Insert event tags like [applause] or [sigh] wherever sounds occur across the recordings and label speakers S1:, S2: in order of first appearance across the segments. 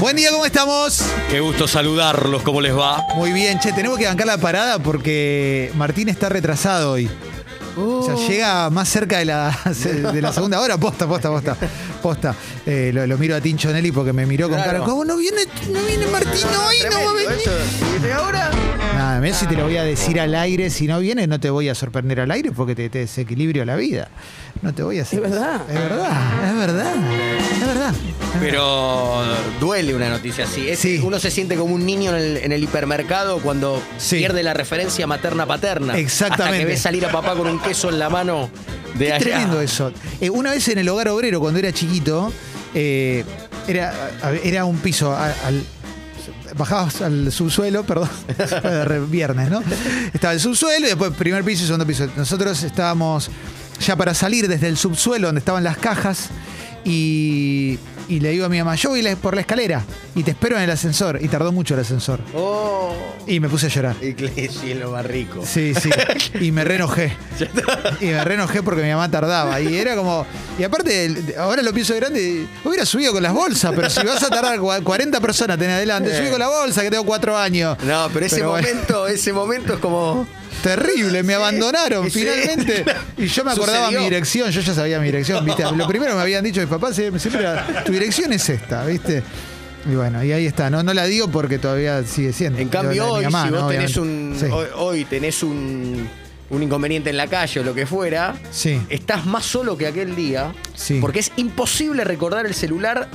S1: Buen día, ¿cómo estamos?
S2: Qué gusto saludarlos, ¿cómo les va?
S1: Muy bien, che, tenemos que bancar la parada porque Martín está retrasado hoy. O sea,
S3: Oh.
S1: llega más cerca de
S3: [laughs]
S1: la, de la segunda hora. Posta, posta, posta. Posta. Eh, lo, lo miro a Tincho Nelly porque me miró con cara.
S3: Claro.
S1: ¿Cómo no viene, no viene Martín hoy? No va a venir.
S3: ahora?
S1: Nada, mirá si te lo voy a decir al aire. Si no vienes, no te voy a sorprender al aire porque te, te desequilibrio la vida. No te voy a hacer.
S3: Es
S1: eso.
S3: verdad.
S1: Es verdad, es verdad. Es verdad.
S2: Pero
S3: Duele una noticia así. Es-
S1: Sí.
S3: Uno se siente como un niño en el, en el hipermercado cuando
S1: Sí.
S3: pierde la referencia materna-paterna.
S1: Exactamente.
S3: Hasta que ve salir a papá con un queso en la mano de allá.
S1: Es
S2: ah.
S1: tremendo eso. Eh, una vez en el hogar obrero, cuando era chiquito, eh, era, a- era un piso a- al. Bajabas al subsuelo, perdón, [laughs] re- viernes, ¿no? Estaba el subsuelo y después primer piso y segundo piso. Nosotros estábamos ya para salir desde el subsuelo donde estaban las cajas y, y le digo a mi mamá, yo voy la- por la escalera y te espero en el ascensor. Y tardó mucho el ascensor.
S3: Oh,
S1: Y me puse a llorar.
S3: y que- sí, lo más rico.
S1: Sí,
S3: [laughs]
S1: sí. Y me reenojé. Y me reenojé porque mi mamá tardaba. Y era como. Y aparte, el- ahora lo pienso de grande. Hubiera subido con las bolsas, pero si vas a tardar cua- 40 personas tenés adelante, subí con la bolsa que tengo cuatro años.
S3: No, pero ese
S1: bueno,
S3: momento, ese momento es como.
S1: Terrible, me abandonaron
S3: sí. [laughs]
S1: finalmente. Y yo me acordaba
S3: Sucedió.
S1: mi dirección, yo ya sabía mi dirección, ¿viste? Lo primero que me habían dicho mis papás siempre siempre era: tu dirección es esta, ¿viste? Y bueno, y ahí está. No, no la digo porque todavía sigue siendo.
S3: En
S1: la
S3: cambio,
S1: de mi
S3: hoy,
S1: mamá,
S3: si vos
S1: ¿no?
S3: tenés
S1: Obviamente.
S3: un.
S1: Sí.
S3: Hoy, hoy tenés un. un inconveniente en la calle o lo que fuera,
S1: Sí.
S3: estás más solo que aquel día,
S1: Sí.
S3: porque es imposible recordar el celular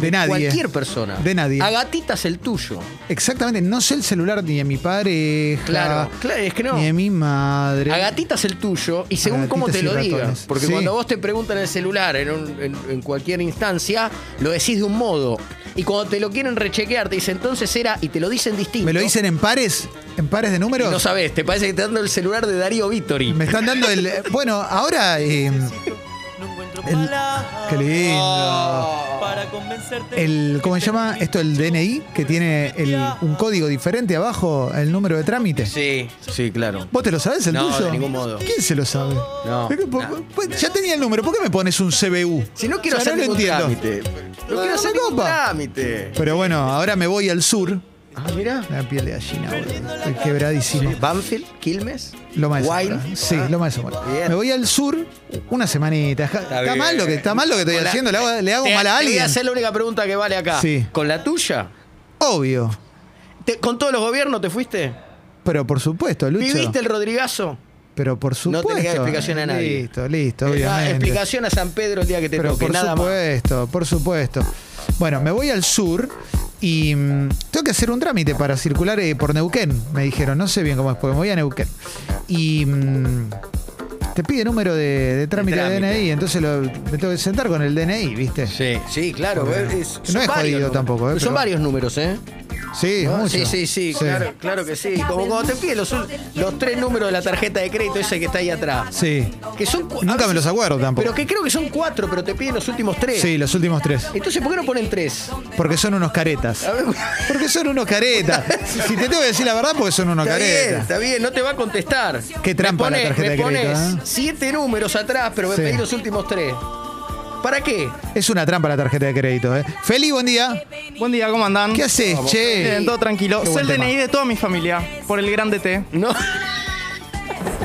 S1: De nadie.
S3: cualquier persona.
S1: De nadie.
S3: A gatitas el tuyo.
S1: Exactamente, no sé el celular ni de mi pareja.
S3: Claro, claro, es que no.
S1: Ah, Ni de mi madre.
S3: A gatitas el tuyo y según cómo
S1: Gatitas
S3: te
S1: y
S3: lo
S1: ratones.
S3: digas. Porque
S1: Sí.
S3: cuando vos te preguntan el celular en, un- en- en cualquier instancia, lo decís de un modo. Y cuando te lo quieren rechequear, te dicen entonces era y te lo dicen distinto.
S1: ¿Me lo dicen en pares? ¿En pares de
S3: Y
S1: números?
S3: No sabés, te parece que te dando el celular de Darío Vittori.
S1: Me están dando el. eh, Bueno, ahora. eh,
S4: No encuentro
S1: el-
S4: palabras
S1: qué lindo.
S3: Oh.
S4: para convencerte.
S1: El, ¿Cómo se llama? Esto, el DNI, que tiene el- un código diferente abajo, el número de trámite.
S3: Sí, sí, claro.
S1: ¿Vos te lo sabés el
S3: No,
S1: tuyo?
S3: de ningún modo.
S1: ¿Quién se lo sabe?
S3: No,
S1: Es que po-
S3: no.
S1: po- Ya tenía el número, ¿por qué me pones un CBU?
S3: Si no quiero
S1: O sea,
S3: hacer
S1: no lo
S3: ningún
S1: entiendo.
S3: trámite. No,
S1: No,
S3: quiero
S1: no
S3: hacer
S1: me
S3: ningún
S1: copa.
S3: trámite.
S1: Pero bueno, ahora me voy al sur.
S3: Ah, mira.
S1: La piel de gallina, boludo. Estoy quebradísimo.
S3: Banfield, Quilmes,
S1: Loma de
S3: Wild.
S1: Zamora. Sí, Loma de Zamora.
S3: Ah. Bien.
S1: Me voy al sur una semanita. Ja- Está,
S3: bien.
S1: mal lo que, está mal lo que estoy
S3: Hola.
S1: haciendo. Le hago, le hago
S3: Te-
S1: mal a
S3: te Voy
S1: alguien.
S3: a hacer la única pregunta que vale acá.
S1: Sí.
S3: ¿Con la tuya?
S1: Obvio.
S3: ¿Te- ¿Con todos los gobiernos te fuiste?
S1: Pero por supuesto, Lucho.
S3: ¿Viviste el Rodrigazo?
S1: Pero por
S3: No
S1: supuesto.
S3: tenés que dar explicación a nadie.
S1: Listo, listo,
S3: Eh, ah,
S1: obviamente.
S3: Explicación a San Pedro el día que te
S1: Pero
S3: toque,
S1: por
S3: nada más.
S1: supuesto, por supuesto. Bueno, me voy al sur y mm, tengo que hacer un trámite para circular eh, por Neuquén. Me dijeron, no sé bien cómo es, porque me voy a Neuquén. Y mm, te pide número de, de trámite de,
S3: trámite.
S1: DNI, entonces lo- me tengo que sentar con el DNI, ¿viste?
S3: Sí, sí, claro.
S1: Bueno.
S3: eh, es-
S1: No
S3: son
S1: es
S3: varios
S1: jodido
S3: números.
S1: tampoco, eh,
S3: Son
S1: pero-
S3: varios números, ¿eh?
S1: Sí,
S3: Ah,
S1: mucho.
S3: Sí, sí, sí, Claro, claro que sí. Como cuando te piden los, los tres números de la tarjeta de crédito ese que está ahí atrás.
S1: Sí.
S3: Que son cu- a
S1: Nunca
S3: veces-
S1: me los acuerdo tampoco.
S3: Pero que creo que son cuatro, pero te piden los últimos tres.
S1: Sí, los últimos tres.
S3: Entonces, ¿por qué no ponen tres?
S1: Porque son unos caretas.
S3: A ver,
S1: Porque son unos
S3: [laughs]
S1: caretas. Si- Si te tengo que decir la verdad, porque son unos
S3: está bien,
S1: caretas.
S3: está bien, no te va a contestar.
S1: Qué trampa la
S3: me pones,
S1: tarjeta de
S3: me
S1: crédito,
S3: pones
S1: ¿eh?
S3: siete números atrás, pero me
S1: Sí.
S3: pedís los últimos tres. ¿Para qué?
S1: Es una trampa la tarjeta de crédito, ¿eh? Feli, buen día.
S5: Buen día, ¿cómo andan?
S1: ¿Qué haces,
S5: Bien,
S1: che?
S5: todo tranquilo.
S1: Qué
S5: Soy
S1: buen
S5: el
S1: tema.
S5: DNI de toda mi familia, por el grande T.
S3: No.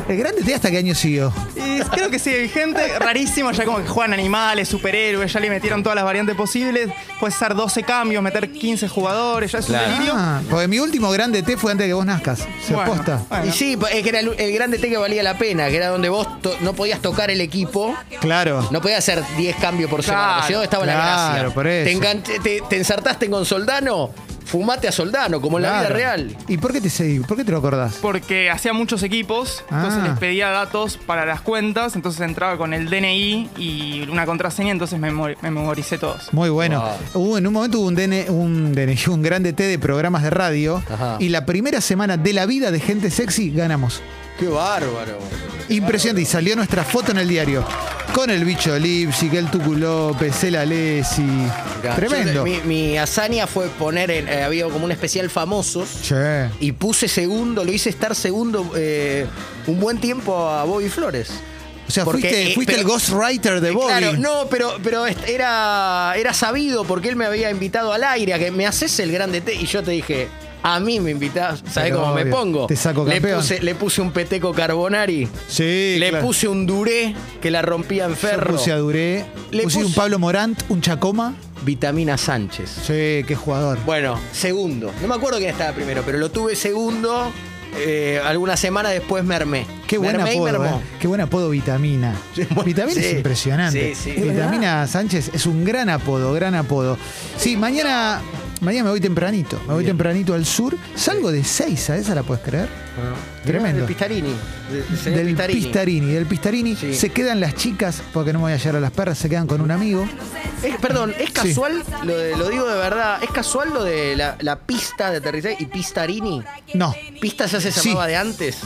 S1: El grande te hasta qué año siguió.
S5: Y creo que sigue vigente, rarísimo, ya como que juegan animales, superhéroes, ya le metieron todas las variantes posibles. Puedes hacer 12 cambios, meter 15 jugadores, ya es
S3: Claro.
S5: un delirio.
S1: Ah, porque mi último grande T fue antes de que vos nazcas. Se
S5: Bueno,
S1: aposta.
S5: bueno.
S3: Y sí, es que era el, el grande T que valía la pena, que era donde vos to- no podías tocar el equipo.
S1: Claro.
S3: No podías hacer 10 cambios por semana,
S5: Claro,
S3: porque si no estaba la
S1: claro,
S3: gracia.
S1: por eso.
S3: Te, engan- te- te ensartaste con Soldano, fumate a Soldano, como en la vida
S1: Claro.
S3: real.
S1: ¿Y por qué te seguí? ¿Por qué te lo acordás?
S5: Porque hacía muchos equipos, entonces
S1: Ah.
S5: les pedía datos para las cuentas, entonces entraba con el DNI y una contraseña, entonces me, memori- me memoricé todos.
S1: Muy bueno.
S3: Ah.
S1: Hubo- en un momento hubo un, DN, un, DNI, [laughs] un grande T de programas de radio.
S3: Ajá.
S1: Y la primera semana de la vida de gente sexy ganamos.
S3: Qué bárbaro.
S1: Impresionante. Y salió nuestra foto en el diario. Con el bicho Lipsic, el Tucu López, el Alessi. Tremendo.
S3: mi, mi hazaña fue poner, en- eh, había como un especial famosos.
S1: Che.
S3: Y puse segundo, lo hice estar segundo eh, un buen tiempo a Bobby Flores.
S1: O sea,
S3: Porque,
S1: fuiste,
S3: eh,
S1: fuiste
S3: pero- eh,
S1: el ghostwriter de Bobby.
S3: Claro, no, pero, pero est- era, era sabido porque él me había invitado al aire a que me haces el grande té y yo te dije, a mí me invitás, ¿sabés
S1: Pero
S3: cómo me
S1: obvio,
S3: pongo?
S1: te saco
S3: le
S1: campeón.
S3: puse, le puse un peteco carbonari,
S1: Sí,
S3: le
S1: claro.
S3: puse un duré que la rompía en
S1: Yo
S3: ferro,
S1: puse a Duré,
S3: Le
S1: puse un
S3: puse-
S1: Pablo Morant, un Chacoma.
S3: vitamina Sánchez.
S1: Sí, qué jugador.
S3: Bueno, segundo, no me acuerdo quién estaba primero, pero lo tuve segundo, eh, alguna semana después me armé.
S1: Qué
S3: Me
S1: buen
S3: armé y me
S1: apodo,
S3: armó.
S1: eh. qué buen apodo Vitamina.
S3: bueno,
S1: Vitamina es
S3: sí.
S1: impresionante.
S3: Sí, sí. Es
S1: Vitamina Sánchez es un gran apodo, gran apodo. Sí, mañana, mañana me voy tempranito, me voy
S3: Bien.
S1: tempranito al sur, salgo de Seiza, esa la puedes creer. Tremendo.
S3: Ah. Del Pistarini. de- del señor
S1: del Pistarini. del Pistarini.
S3: Sí.
S1: Se quedan las chicas, porque no me voy a llegar a las perras, se quedan con un amigo.
S3: Es- perdón, ¿es
S1: Sí.
S3: casual? Lo, de- lo digo de verdad. ¿Es casual lo de la, la pista de aterrizaje y Pistarini?
S1: No.
S3: ¿Pista ya se
S1: Sí.
S3: llamaba de antes?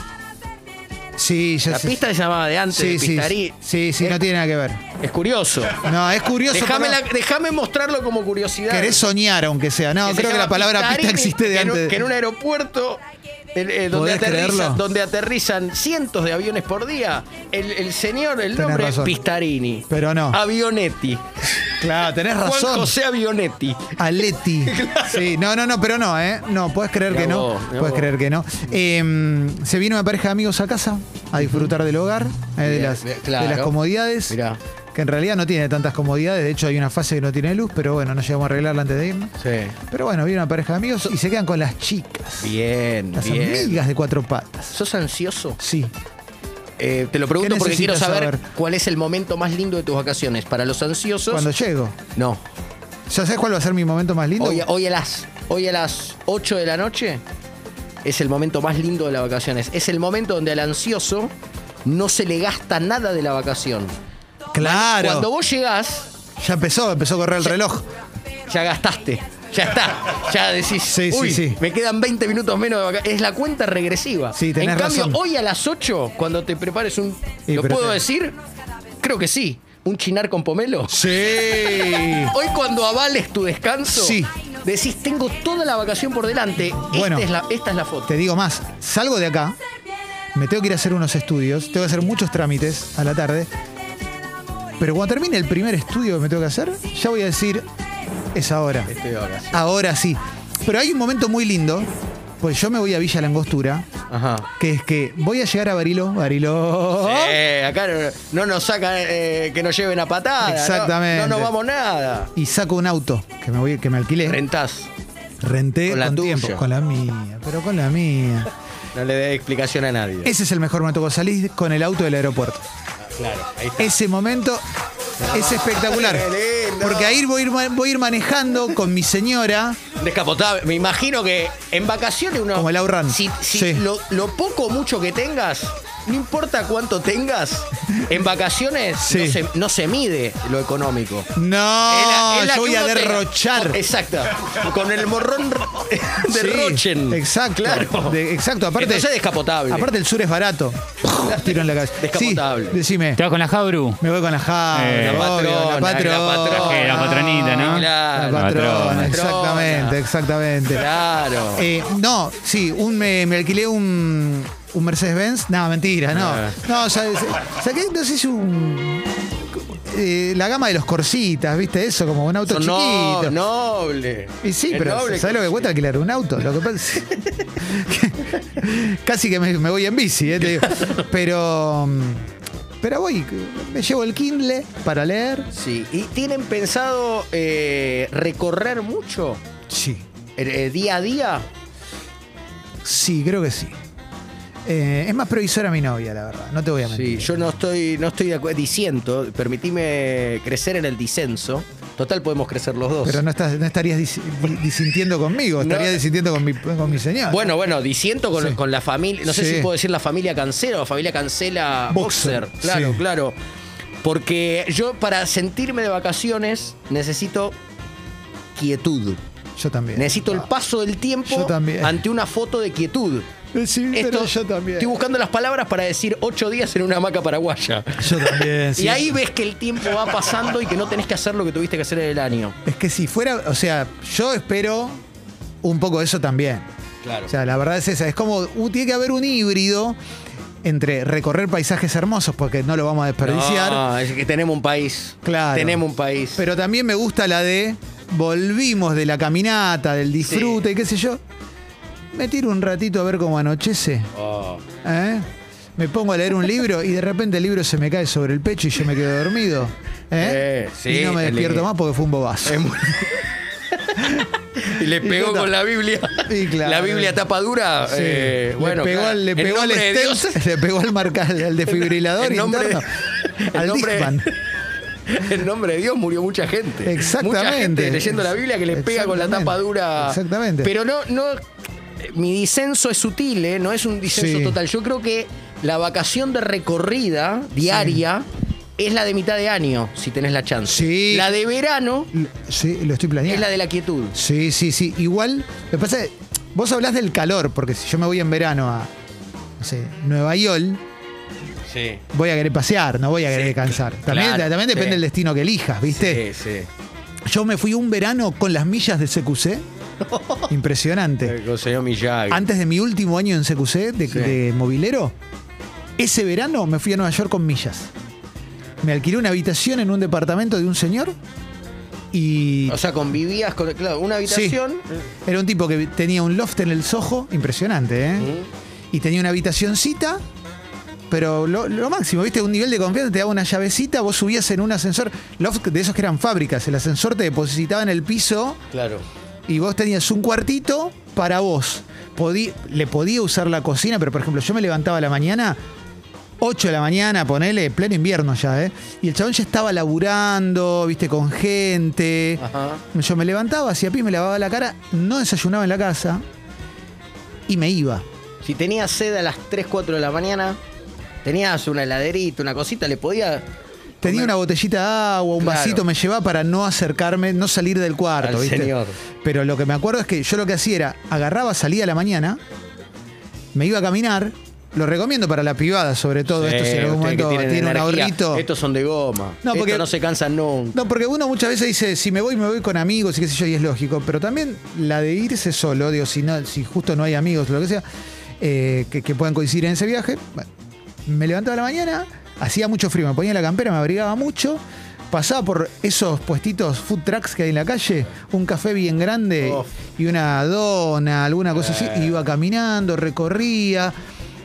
S1: Sí, ya
S3: La
S1: sé.
S3: pista se llamaba de antes,
S1: Sí, sí,
S3: Pistarini.
S1: sí, sí, no tiene nada que ver.
S3: Es curioso.
S1: No, es curioso.
S3: Déjame
S1: pará.
S3: la- déjame mostrarlo como curiosidad.
S1: Querés soñar, aunque sea. No,
S3: se
S1: creo que
S3: llama
S1: la palabra pista
S3: Pistarini,
S1: existe de
S3: que en un-
S1: antes.
S3: Que en un aeropuerto en- eh, donde,
S1: ¿Podés creerlo?
S3: aterrizan, donde aterrizan cientos de aviones por día, el, el señor, el
S1: Tenés
S3: nombre
S1: razón.
S3: es Pistarini.
S1: Pero no.
S3: Avionetti.
S1: Claro, tenés
S3: Juan
S1: razón.
S3: José Avionetti. [laughs]
S1: Aletti. Sí, no, no, no, pero no, ¿eh? No, puedes creer que
S3: Mirá
S1: no.
S3: vos, mirá
S1: Puedes
S3: vos.
S1: creer que no. Eh, se vino una pareja de amigos a casa a disfrutar del hogar, eh, de,
S3: Bien,
S1: las,
S3: bien,
S1: de las
S3: claro.
S1: comodidades.
S3: Mirá.
S1: Que en realidad no tiene tantas comodidades. De hecho, hay una fase que no tiene luz, pero bueno, no llegamos a arreglarla antes de irnos.
S3: Sí.
S1: Pero bueno, vino una pareja de amigos y se quedan con las chicas.
S3: Bien,
S1: Las
S3: bien.
S1: amigas de cuatro patas.
S3: ¿Sos ansioso?
S1: Sí.
S3: Eh, te lo pregunto
S1: ¿Qué
S3: porque quiero
S1: necesitas
S3: saber,
S1: saber?
S3: cuál es el momento más lindo de tus vacaciones. Para los ansiosos.
S1: Cuando llego.
S3: No.
S1: ¿Ya sabes cuál va a ser mi momento más lindo?
S3: Hoy, hoy a las, hoy a las 8 de la noche es el momento más lindo de las vacaciones. Es el momento donde al ansioso no se le gasta nada de la vacación.
S1: claro.
S3: Cuando vos llegás,
S1: Ya empezó, empezó a correr el
S3: Ya-
S1: reloj.
S3: ya gastaste. Ya está. Ya decís,
S1: Sí, sí,
S3: uy,
S1: sí.
S3: me quedan 20 minutos menos de vacaciones. Es la cuenta regresiva.
S1: Sí, tenés
S3: en cambio,
S1: razón.
S3: hoy a las 8, cuando te prepares un...
S1: Y
S3: ¿Lo
S1: pero
S3: puedo
S1: te-
S3: decir? Creo que sí. ¿Un chinar con pomelo?
S1: Sí.
S3: Hoy cuando avales tu descanso,
S1: Sí.
S3: decís, tengo toda la vacación por delante.
S1: Bueno.
S3: esta, es la, esta es la foto.
S1: Te digo más, salgo de acá, me tengo que ir a hacer unos estudios, tengo que hacer muchos trámites a la tarde, pero cuando termine el primer estudio que me tengo que hacer, ya voy a decir, es ahora,
S3: Estoy ahora. sí.
S1: ahora sí. Pero hay un momento muy lindo, pues yo me voy a Villa Langostura,
S3: Ajá.
S1: que es que voy a llegar a Barilo, Barilo.
S3: Eh, acá no, no nos sacan eh, que nos lleven a patadas. ¿no?
S1: Exactamente.
S3: No, nos vamos nada.
S1: Y saco un auto que me voy, que me alquilé.
S3: Rentás.
S1: Renté
S3: Con
S1: con,
S3: la tuya.
S1: tiempo. Con la mía, pero con la mía.
S3: No le dé explicación a nadie.
S1: Ese es el mejor momento cuando salís con el auto del aeropuerto.
S3: Ah, Claro, ahí está.
S1: Ese momento es espectacular.
S3: Qué lindo.
S1: Porque ahí voy a ir, ma- voy a ir manejando con mi señora.
S3: Descapotable. Me imagino que en vacaciones uno.
S1: Como el Outrun.
S3: Si, si
S1: Sí.
S3: lo, lo poco o mucho que tengas, no importa cuánto tengas, en vacaciones
S1: Sí.
S3: no, se, no se mide lo económico. Es la-
S1: No,
S3: es la
S1: yo
S3: que
S1: voy a
S3: uno te-
S1: derrochar.
S3: Exacto. Con el morrón
S1: Sí,
S3: derrochen.
S1: exacto.
S3: Claro.
S1: De- exacto. Aparte,
S3: Entonces es descapotable.
S1: aparte el sur es
S3: [laughs]
S1: barato. Tiro en la calle.
S3: Descapotable.
S1: Sí, decime.
S6: ¿Te vas con la Jabru?
S1: Me voy con la jaula,
S6: Eh,
S1: obvio, la,
S3: la patrona,
S1: patrona.
S3: la patrona. Ah,
S6: La patronita, ¿no?
S1: La
S3: Claro.
S1: patrona,
S6: Patrona.
S1: exactamente, exactamente.
S3: Claro. [laughs]
S1: Eh, no, sí, un, me, me alquilé un, un Mercedes-Benz. No, mentira, no.
S3: Ah.
S1: No, ¿sabes? saqué, no sé si un. eh, la gama de los corsitas, ¿viste? Eso, como un auto
S3: Son no-
S1: chiquito.
S3: noble.
S1: Y sí,
S3: Es
S1: pero
S3: noble
S1: ¿sabes lo que cuesta alquilar un auto? Lo que pasa es que- [laughs] casi que me, me voy en bici, ¿eh? te
S3: [laughs]
S1: digo. Pero. mm, Pero voy, me llevo el Kindle para leer.
S3: Sí. ¿Y tienen pensado eh, recorrer mucho
S1: Sí.
S3: eh, eh, día a día?
S1: Sí, creo que sí. Eh, es más previsora mi novia, la verdad. No te voy a mentir.
S3: Sí, yo no estoy, no estoy de acuerdo. Disiento, permitime crecer en el disenso. Total, podemos crecer los dos.
S1: Pero no, estás, no estarías dis- di- disintiendo conmigo, estarías
S3: No.
S1: disintiendo con mi, con mi señora.
S3: Bueno, bueno, disiento con,
S1: Sí.
S3: con la familia. No sé
S1: Sí.
S3: si puedo decir la familia Cancela o familia Cancela
S1: Boxer,
S3: Boxer. Claro,
S1: sí.
S3: claro. Porque yo para sentirme de vacaciones necesito quietud.
S1: yo también.
S3: Necesito el paso del
S1: Ah. Yo
S3: tiempo
S1: también.
S3: ante una foto de quietud.
S1: Eh, Sí, pero
S3: Esto-
S1: yo también.
S3: Estoy buscando las palabras para decir ocho días en una hamaca paraguaya.
S1: Yo también. sí.
S3: [laughs] Y ahí ves que el tiempo va pasando y que no tenés que hacer lo que tuviste que hacer en el año.
S1: Es que si fuera, o sea, yo espero un poco eso también.
S3: Claro.
S1: O sea, la verdad es esa. Es como, uh, tiene que haber un híbrido entre recorrer paisajes hermosos, porque no lo vamos a desperdiciar.
S3: No, es que tenemos un país.
S1: Claro.
S3: Tenemos un país.
S1: Pero también me gusta la de volvimos de la caminata, del disfrute, y qué sé yo. Me tiro un ratito a ver cómo anochece.
S3: Oh.
S1: ¿eh? Me pongo a leer un libro y de repente el libro se me cae sobre el pecho y yo me quedo dormido. ¿eh?
S3: Eh, sí,
S1: y no me
S3: el
S1: despierto
S3: libro.
S1: más porque fue un bobazo. [laughs]
S2: Y le pegó
S1: total.
S2: con la Biblia.
S1: Y claro.
S2: La Biblia tapa dura.
S1: Sí.
S2: eh, bueno,
S1: le pegó,
S2: claro.
S1: al- le
S2: En
S1: pegó al
S2: nombre de
S1: stent, [laughs]
S2: Dios,
S1: le pegó al marca- al defibrilador
S2: En nombre de-
S1: interno,
S2: en
S1: al
S2: nombre de- [laughs]
S1: Discman.
S3: [laughs]
S2: en nombre de Dios murió mucha gente.
S1: Exactamente.
S2: Mucha gente leyendo la Biblia que le pega con la
S1: Exactamente.
S2: tapa dura.
S1: Exactamente.
S3: Pero no, no. Mi disenso es sutil, ¿eh? no es un disenso
S1: Sí.
S3: total. Yo creo que la vacación de recorrida diaria es la de mitad de año, si tenés la chance.
S1: Sí.
S3: La de verano
S1: Sí, lo estoy planeando.
S3: es la de la quietud.
S1: Sí, sí, sí. Igual, lo que pasa es, vos hablás del calor, porque si yo me voy en verano a, no sé, Nueva York,
S2: Sí.
S1: voy a querer pasear, no voy a querer
S2: Sí,
S1: descansar. También,
S2: claro,
S1: también depende
S2: sí.
S1: del destino que elijas, ¿viste?
S2: Sí, sí.
S1: Yo me fui un verano con las millas de
S2: [laughs]
S1: CQC. Impresionante.
S2: El señor Miyagi.
S1: Antes de mi último año en CQC de,
S2: Sí.
S1: de movilero, ese verano me fui a Nueva York con millas. Me alquilé una habitación en un departamento de un señor y
S3: O sea, convivías con claro, una habitación.
S1: Era un tipo que tenía un loft en el Soho, impresionante, ¿eh? Y tenía una habitacioncita, pero lo, lo máximo, ¿viste? Un nivel de confianza, te daba una llavecita, vos subías en un ascensor, loft de esos que eran fábricas, el ascensor te depositaba en el piso
S2: Claro.
S1: y vos tenías un cuartito para vos. Podí- le podía usar la cocina, pero por ejemplo, yo me levantaba a la mañana, 8 de la mañana, ponele, pleno invierno ya, ¿eh? Y el chabón ya estaba laburando, ¿viste? Con gente.
S3: Ajá.
S1: Yo me levantaba, hacía pis, me lavaba la cara, no desayunaba en la casa y me iba.
S3: Si tenías sed a las 3, 4 de la mañana, tenías una heladerita, una cosita, le podías.
S1: Tenía una botellita de agua, un
S3: Claro.
S1: vasito me llevaba para no acercarme, no salir del cuarto,
S3: Al
S1: ¿viste?
S3: señor.
S1: Pero lo que me acuerdo es que yo lo que hacía era agarraba, salía a la mañana, me iba a caminar, lo recomiendo para la privada, sobre todo, esto si en algún momento Eh, tiene un ahorrito.
S3: Estos son de goma.
S1: No,
S3: No,
S1: porque-
S3: porque no se cansan nunca.
S1: No, porque uno muchas veces dice, si me voy, me voy con amigos y qué sé yo, y es lógico. Pero también la de irse solo, digo, si, no, si justo no hay amigos, lo que sea, eh, que, que puedan coincidir en ese viaje. bueno, me levantaba a la mañana, hacía mucho frío, me ponía la campera, me abrigaba mucho. Pasaba por esos puestitos food trucks que hay en la calle, un café bien grande
S3: Uf. Eh.
S1: y una dona, alguna cosa así, y iba caminando, recorría.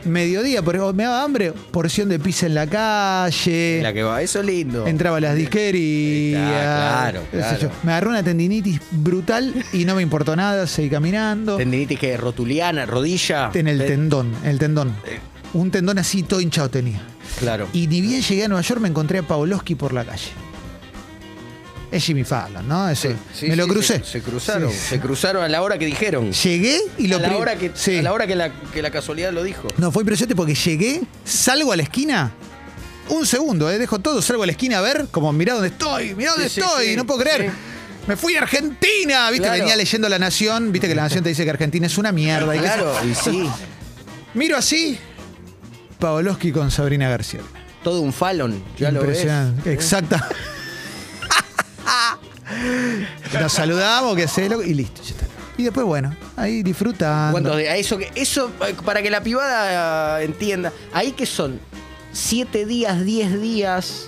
S1: Mediodía, pero me daba hambre, porción de pizza en la calle.
S3: La que va, eso es lindo.
S1: Entraba a las disquerías.
S3: Ah, claro,
S1: qué sé
S3: claro.
S1: yo. Me agarró una tendinitis brutal y no me importó nada, seguí caminando.
S3: Tendinitis que rotuliana, rodilla.
S1: en el
S3: Eh,
S1: tendón, en el tendón. Un tendón así todo hinchado tenía.
S3: Claro.
S1: Y ni bien llegué a Nueva York me encontré a Pawlowski por la calle. Es Jimmy Fallon, ¿no? Eso.
S3: Sí, sí,
S1: me lo
S3: sí,
S1: crucé.
S3: Se, se cruzaron,
S1: Sí.
S3: se cruzaron a la hora que dijeron.
S1: Llegué y lo
S3: a la
S1: pri-
S3: hora que,
S1: Sí.
S3: a la, hora que, la, que la casualidad lo dijo.
S1: No, fue impresionante porque llegué, salgo a la esquina. Un segundo, eh, dejo todo, salgo a la esquina a ver, como mirá dónde estoy, mirá dónde
S3: Sí, sí,
S1: estoy,
S3: sí,
S1: no puedo creer.
S3: sí.
S1: Me fui a Argentina, viste,
S3: Claro.
S1: venía leyendo La Nación, viste que La Nación te dice que Argentina es una mierda. y qué sé yo.
S3: Claro,
S1: [laughs]
S3: y sí.
S1: Miro así, Pavlovsky con Sabrina García.
S3: Todo un Fallon, ya lo ves.
S1: Impresionante,
S3: [laughs]
S1: exacta. Nos saludamos, que sé, loco, y listo, ya está. Y después, bueno, ahí disfrutando.
S3: ¿Cuántos de- a eso, que- eso eh, para que la pibada eh, entienda. Ahí que son siete días, 10 días.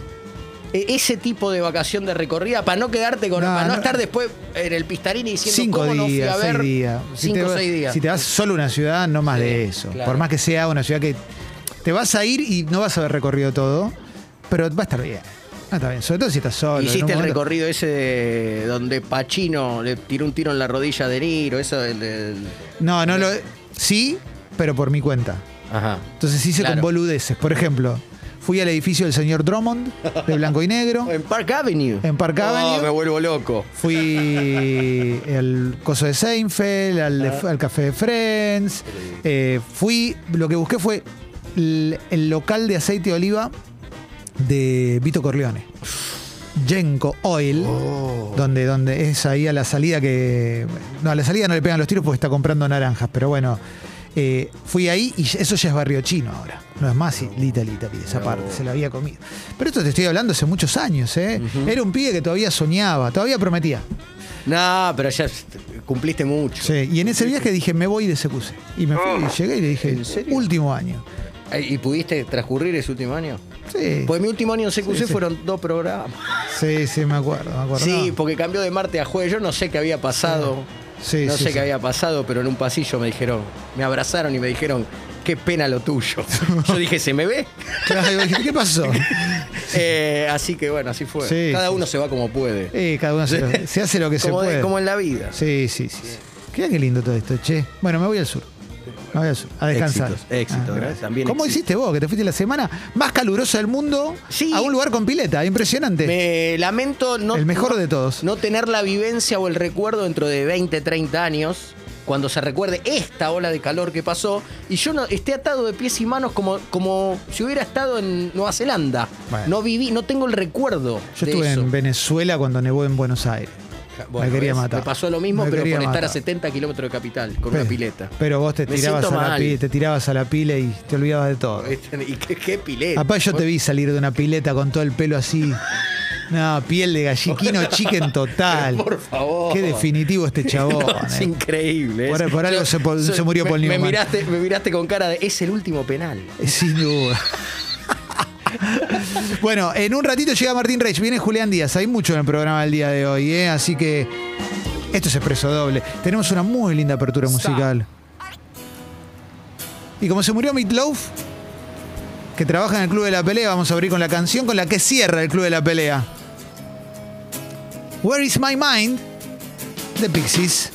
S3: e- Ese tipo de vacación de recorrida para no quedarte con.
S1: No,
S3: para no,
S1: no.
S3: estar después en el pistarín y diciendo
S1: cinco
S3: cómo no fui
S1: días,
S3: a
S1: seis
S3: ver.
S1: días.
S3: cinco
S1: te,
S3: o
S1: va-
S3: seis días.
S1: si te vas solo a una ciudad, no más
S3: Sí,
S1: de eso.
S3: claro.
S1: Por más que sea una ciudad que te vas a ir y no vas a haber recorrido todo, pero va a estar bien. Va a estar bien. Sobre todo si estás solo. en un
S3: Hiciste el
S1: momento-
S3: recorrido ese de- donde Pachino le tiró un tiro en la rodilla de Niro, eso el, el-
S1: No, no lo. Sí, pero por mi cuenta.
S3: Ajá.
S1: Entonces hice con
S3: Claro.
S1: boludeces. Por ejemplo, fui al edificio del señor Drummond, de blanco y
S3: [laughs]
S1: negro,
S3: En Park Avenue.
S1: en Park
S3: No, Oh, me
S1: Avenue.
S3: vuelvo loco.
S1: Fui al coso de Seinfeld, al, de- al café de Friends. Eh, fui, lo que busqué fue el, el local de aceite de oliva de Vito Corleone. Genco Oil, donde, donde es ahí a la salida que. No, a la salida no le pegan los tiros porque está comprando naranjas, pero bueno. eh, fui ahí y eso ya es barrio chino ahora. No es más Little Italy, esa parte, se la había comido. Pero esto te estoy hablando hace muchos años, ¿eh? Era un pibe que todavía soñaba, todavía prometía.
S3: No, pero ya cumpliste mucho. Ah.
S1: Sí, y en ese viaje dije, me voy de Secuse. Y me fui, y llegué y le dije, último año.
S3: Eh, ¿Y pudiste transcurrir ese último año?
S1: Sí.
S3: Pues mi último año en CQC
S1: Sí, sí.
S3: fueron dos programas.
S1: Sí, sí, me acuerdo, me acuerdo.
S3: Sí,
S1: No.
S3: porque cambió de martes a jueves. Yo no sé qué había pasado.
S1: Sí,
S3: no
S1: sí,
S3: sé
S1: sí.
S3: qué había pasado, pero en un pasillo me dijeron, me abrazaron y me dijeron, qué pena
S1: [laughs]
S3: lo tuyo. Yo dije, ¿se me ve?
S1: Claro, yo dije, ¿qué pasó?
S3: [laughs] Eh, así que bueno, así fue.
S1: Sí,
S3: Cada
S1: sí,
S3: uno se va como puede.
S1: Eh, cada uno se, se hace lo que se
S3: como, de-
S1: puede.
S3: como en la vida.
S1: Sí, sí, sí. sí. Mirá qué lindo todo esto, che. Bueno, me voy al sur. Me voy al sur, a descansar. Ah,
S3: Éxitos, éxitos, ¿verdad? También
S1: ¿Cómo
S3: éxitos.
S1: hiciste vos? Que te fuiste la semana más calurosa del mundo
S3: Sí.
S1: a un lugar con pileta. Impresionante.
S3: Me lamento no,
S1: el mejor
S3: no-
S1: de todos.
S3: no tener la vivencia o el recuerdo dentro de 20, 30 años, cuando se recuerde esta ola de calor que pasó, y yo no, esté atado de pies y manos como, como si hubiera estado en Nueva Zelanda.
S1: Bueno.
S3: No viví, no tengo el recuerdo.
S1: Yo
S3: de
S1: estuve
S3: eso.
S1: en Venezuela cuando nevó en Buenos Aires.
S3: Bueno,
S1: me quería
S3: ¿ves?
S1: matar.
S3: Me pasó lo mismo,
S1: Me
S3: pero por
S1: quería
S3: estar a
S1: matar.
S3: 70 kilómetros de capital, con
S1: Pe-
S3: una pileta.
S1: Pero vos te
S3: Me
S1: tirabas,
S3: siento
S1: a la
S3: mal. [laughs] Eh,
S1: pi- te tirabas a la pila y te olvidabas de todo.
S3: ¿Y qué, qué pileta?
S1: Papá, yo te vi salir de una pileta con todo el pelo así. No, piel de
S3: [laughs]
S1: galliquino chicken total.
S3: Por favor.
S1: Qué definitivo este chabón.
S3: No, [laughs] es
S1: eh.
S3: increíble.
S1: Por-
S3: Es-
S1: por algo
S3: yo-
S1: se po-
S3: so-
S1: se murió
S3: me-
S1: Paul
S3: me
S1: Newman.
S3: miraste, me miraste con cara de. Es el último penal.
S1: Eh, Sin duda. bueno, en un ratito llega Martín Reich, viene Julián Díaz. Hay mucho en el programa del día de hoy, ¿eh? así que esto es expreso doble. Tenemos una muy linda apertura musical. Y como se murió Meatloaf, que trabaja en el Club de la Pelea, vamos a abrir con la canción con la que cierra el Club de la Pelea. Where is my mind? The Pixies.